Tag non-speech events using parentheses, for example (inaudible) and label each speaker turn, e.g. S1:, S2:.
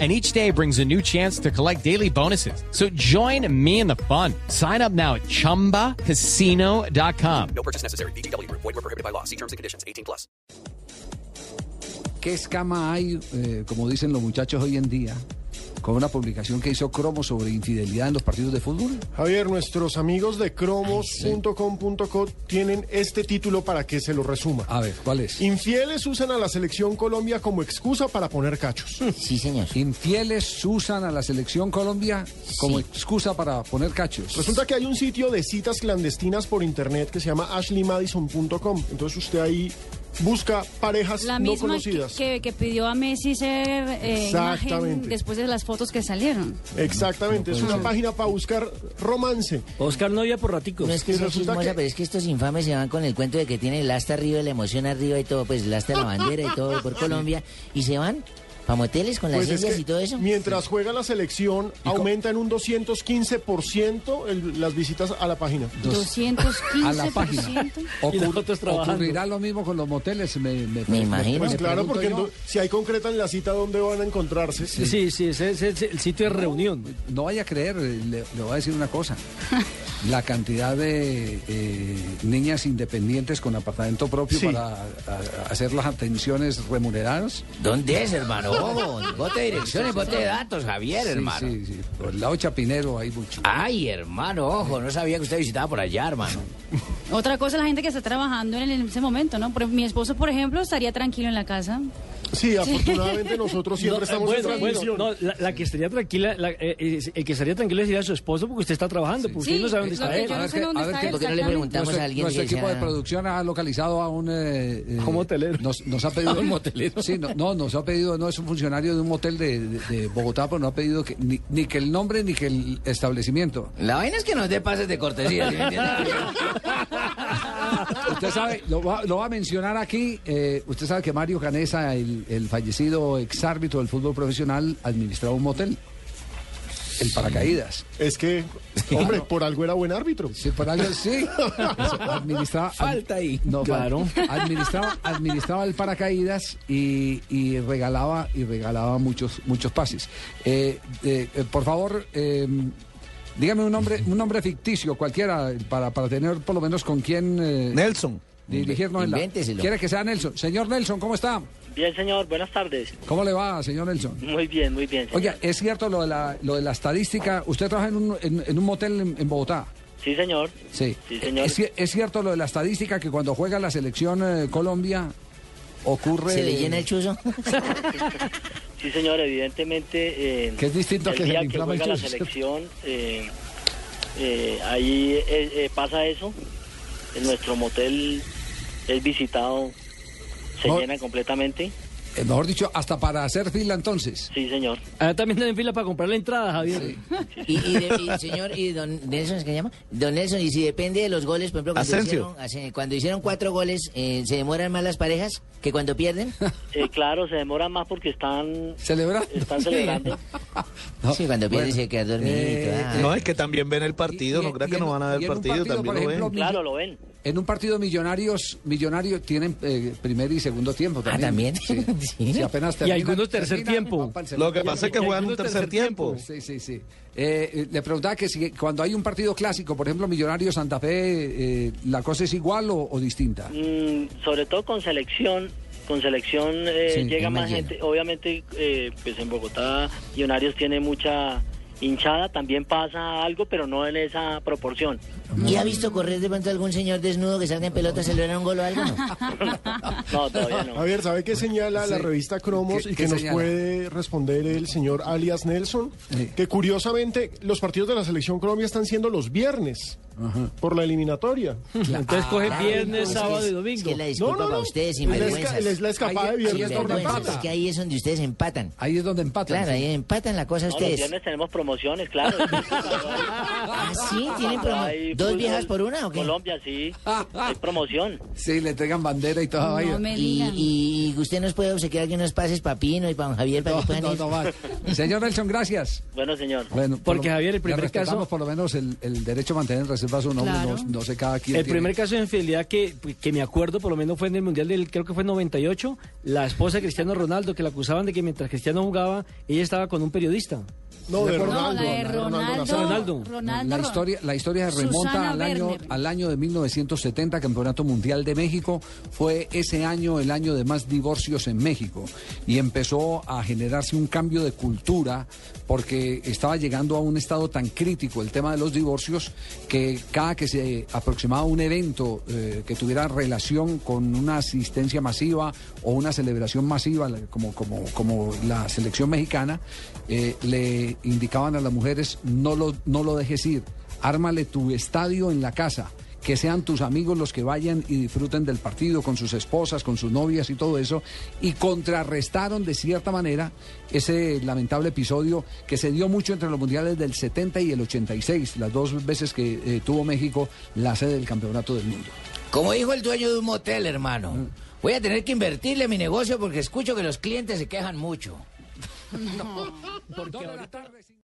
S1: and each day brings a new chance to collect daily bonuses. So join me in the fun. Sign up now at ChumbaCasino.com.
S2: No purchase necessary. BGW. Void were prohibited by law. See terms and conditions. 18 plus.
S3: ¿Qué escama hay, eh, como dicen los muchachos hoy en día, con una publicación que hizo Cromo sobre infidelidad en los partidos de fútbol?
S4: Javier, nuestros amigos de cromos.com.co tienen este título para que se lo resuma.
S3: A ver, ¿cuál es?
S4: Infieles usan a la selección Colombia como excusa para poner
S5: (laughs)
S4: cachos.
S5: Sí, señor.
S3: Infieles usan a la selección Colombia como excusa para poner cachos.
S4: Resulta que hay un sitio de citas clandestinas por internet que se llama ashleymadison.com. Entonces usted ahí busca parejas
S6: La
S4: no
S6: misma que,
S4: conocidas.
S6: que- que pidió a Messi ser eh, imagen
S4: Exactamente.
S6: después de las fotos que salieron.
S4: Exactamente, es una página para buscar romance.
S7: Oscar novia por raticos.
S5: No es que sea
S4: resulta
S5: chismosa,
S4: que-
S5: pero es Pues que estos infames se van con el cuento de que tienen el asta arriba, la emoción arriba y todo, pues el asta de la bandera y todo (laughs) por Colombia, y se van pa' moteles con las
S4: Pues es
S5: ellas
S4: que
S5: y todo eso.
S4: mientras juega la selección, aumenta en un 215% el- las visitas a la página.
S3: Dos- (laughs)
S6: 215%.
S3: a la página. Ocur-
S7: Y nosotros trabajando.
S3: ocurrirá lo mismo con los moteles, me, me- me-
S5: imagino.
S3: me
S4: Pues claro,
S3: pregunto
S4: porque
S3: yo.
S4: ento- si ahí concretan la cita, ¿dónde van a encontrarse?
S7: Sí, sí, ese es el, el sitio de reunión.
S3: No vaya a creer, eh, le, le voy a decir una
S5: (laughs)
S3: cosa. La cantidad de eh, niñas independientes con apartamento propio
S4: Sí.
S3: para a- a- hacer las atenciones remuneradas.
S5: ¿Dónde es, hermano? Oh, bote de direcciones, bote de datos, Javier, hermano.
S3: Sí, sí, por el lado chapinero hay mucho.
S5: Ay, hermano, ojo, no sabía que usted visitaba por allá, hermano.
S6: Otra cosa, la gente que está trabajando en, el- en ese momento, ¿no? Por ejemplo, mi esposo, por ejemplo, estaría tranquilo en la casa.
S4: Sí, afortunadamente nosotros siempre
S7: No,
S4: estamos
S7: bueno,
S4: en
S7: bueno,
S4: transmisión.
S7: no, la, la que estaría tranquila, la- eh, eh, el que estaría tranquilo sería su esposo porque usted está trabajando, porque
S6: Sí,
S7: usted no sabe dónde
S6: lo
S7: está
S6: que
S7: él.
S3: A
S6: yo no
S3: ver
S6: sé
S3: qué-
S6: dónde
S3: a ver
S6: está
S3: qué-
S6: él
S5: ¿por qué no le
S6: exactamente.
S5: preguntamos a
S3: Nuestro,
S5: alguien
S3: nuestro
S5: que
S3: equipo de
S5: sea-
S3: producción ha localizado a un... eh, eh,
S7: A un motelero.
S3: Nos, nos ha pedido...
S5: un motelero.
S3: Sí, no, no, nos ha pedido, no es un funcionario de un motel de, de- de Bogotá, pero no ha pedido que, ni, ni que el nombre ni que el establecimiento.
S5: La vaina es que nos dé pases de cortesía, ¿sí me entiende?
S3: Usted sabe, lo va, lo va a mencionar aquí, eh, usted sabe que Mario Canesa, el, el fallecido exárbitro del fútbol profesional, administraba un motel. El paracaídas.
S4: Es que, hombre, por algo era buen árbitro.
S3: Sí, por algo sí. Administraba,
S7: Falta ahí.
S3: No,
S7: Claro.
S3: fal- Administraba, administraba el paracaídas y, y regalaba y regalaba muchos muchos pases. Eh, eh, eh, por favor, eh, dígame un nombre un nombre ficticio cualquiera para, para tener por lo menos con quién eh,
S8: Nelson.
S3: dirigirnos en la.
S5: Invénteselo.
S3: Quiere que sea Nelson. Señor Nelson, ¿cómo está?
S9: Bien, señor, buenas tardes.
S3: ¿Cómo le va, señor Nelson?
S9: Muy bien, muy bien. señor.
S3: Oiga, es cierto lo de la, lo de la estadística. Usted trabaja en un, en, en un motel en- en Bogotá.
S9: Sí, señor.
S3: Sí.
S9: Sí, señor.
S3: ¿Es, ci- es cierto lo de la estadística que cuando juega la selección eh, Colombia ocurre.
S5: (laughs) ¿Se le llena el (laughs) chuzo?
S9: Sí, señor, evidentemente. eh,
S3: Que es distinto a
S9: el
S3: que se
S9: día
S3: le
S9: que
S3: inflama el
S9: juega la
S3: chuzo.
S9: selección, eh, eh, ahí eh, eh, pasa eso. En nuestro motel es visitado, se
S3: No.
S9: llena completamente.
S3: eh, mejor dicho, hasta para hacer fila entonces.
S9: Sí, señor.
S7: Ah, también en fila para comprar la entrada, Javier.
S5: Y, y de- y, señor, y don Nelson, ¿es que se llama? Don Nelson, y si depende de los goles, por ejemplo, cuando,
S8: Asensio.
S5: hicieron, hace- cuando hicieron cuatro goles, eh, ¿se demoran más las parejas que cuando pierden?
S8: (laughs)
S9: Eh, claro, se demora más porque están,
S3: ¿Celebrar? (laughs)
S9: están celebrando.
S5: Sí, cuando pierden se queda dormidito.
S3: eh,
S5: ah.
S3: eh,
S8: No, es que también ven el partido,
S3: Y- y-
S8: no creas
S3: y
S8: que
S3: en-
S8: no van a ver
S3: y en un
S8: partido,
S3: partido,
S8: también
S3: por
S8: lo
S3: ejemplo,
S8: ven.
S9: Claro, lo ven.
S3: En un partido millonarios, millonarios tienen eh, primer y segundo tiempo
S5: Ah,
S3: también.
S5: ¿también?
S3: Sí.
S5: (laughs) Sí.
S3: Si apenas
S7: Y
S3: terminan-
S7: algunos tercer
S3: terminan,
S7: tiempo.
S3: van pa'l
S8: Lo
S3: segundo
S8: que pasa es que
S7: Y
S8: juegan un
S7: algunos
S8: tercer
S7: tercer
S8: tiempo.
S3: Sí, sí, sí. Eh, eh, le preguntaba que si cuando hay un partido clásico, por ejemplo, Millonarios Santa Fe, eh, ¿la cosa es igual o, o distinta?
S9: Mm, sobre todo con selección con selección eh,
S5: Sí,
S9: llega
S5: es más
S9: más
S5: lleno.
S9: gente obviamente eh, pues en Bogotá Millonarios tiene mucha hinchada también pasa algo pero no en esa proporción
S5: ¿Y ha visto correr de pronto algún señor desnudo que salga en pelota a celebrar un gol o algo? no?
S4: (laughs)
S9: no
S5: (laughs)
S9: todavía no
S4: Javier, ¿sabe qué señala la
S3: Sí.
S4: revista Cromos
S3: ¿Qué-
S4: y
S3: qué
S4: que nos
S3: señala?
S4: puede responder el señor alias Nelson?
S3: Sí.
S4: Que curiosamente los partidos de la selección Colombia están siendo los viernes por la eliminatoria.
S7: Entonces coge
S5: Ah,
S7: viernes,
S5: es que
S7: sábado
S5: es-
S7: y
S5: Es que es la
S7: domingo.
S5: disculpa
S4: No, no,
S5: para
S4: no.
S5: ustedes,
S4: Es la esca-
S5: sinvergüenzas.
S4: es la escapada de
S3: Ahí-
S4: viernes
S3: ahí es
S4: por la
S3: vergüenza.
S5: Sinvergüenzas,
S4: pata.
S5: es que ahí es donde ustedes empatan.
S3: Ahí es donde empatan.
S5: Claro,
S3: sí.
S5: ahí empatan la cosa
S9: No, los
S5: ustedes.
S9: viernes tenemos promociones claro
S5: Ah, sí, (laughs) tienen
S9: Hay
S5: ¿Dos
S9: full
S5: viejas
S9: gol.
S5: por una o qué?
S9: Colombia, sí. Hay promoción.
S3: Sí, le entregan bandera y toda vaina.
S6: No me
S5: Y,
S6: digan.
S5: y usted nos puede obsequiar aquí unos pases para Pino y para don Javier para
S3: (laughs) No,
S5: que puedan
S3: no,
S5: ir.
S3: no
S6: pues,
S3: más.
S6: (laughs)
S3: Señor Nelson, gracias.
S9: Bueno, señor.
S3: Bueno, por
S7: Porque,
S3: lo-
S7: Javier, el
S3: le
S7: primer
S3: respetamos
S7: caso-
S3: por lo menos el, el derecho a mantener en reserva su nombre,
S6: Claro.
S3: no, no sé cada quien.
S7: El
S3: tiene.
S7: primer caso de infidelidad que, que me acuerdo, por lo menos fue en el Mundial del, creo que fue en 98, la esposa de Cristiano Ronaldo, que la acusaban de que mientras Cristiano jugaba, ella estaba con un periodista.
S4: No, de
S3: No,
S6: No, la
S4: Ronaldo.
S6: de Ronaldo.
S4: Nazario.
S7: Ronaldo.
S6: Ronaldo.
S3: la historia, la historia
S6: Susana
S3: remonta al año,
S6: Werner.
S3: al año de 1970, Campeonato Mundial de México. Fue ese año el año de más divorcios en México y empezó a generarse un cambio de cultura porque estaba llegando a un estado tan crítico el tema de los divorcios que cada que se aproximaba un evento eh, que tuviera relación con una asistencia masiva o una celebración masiva la- como, como, como la selección mexicana, eh, le indicaban a las mujeres no lo, no lo dejes ir ármale tu estadio en la casa. Que sean tus amigos los que vayan y disfruten del partido con sus esposas, con sus novias y todo eso. Y contrarrestaron de cierta manera ese lamentable episodio que se dio mucho entre los mundiales del 70 y el 86, las dos veces que eh, tuvo México la sede del campeonato del mundo.
S8: Como dijo el dueño de un motel,
S3: Mm.
S8: hermano, voy a tener que invertirle a mi negocio porque escucho que los clientes se quejan mucho.
S3: Dos de la tarde, cinco-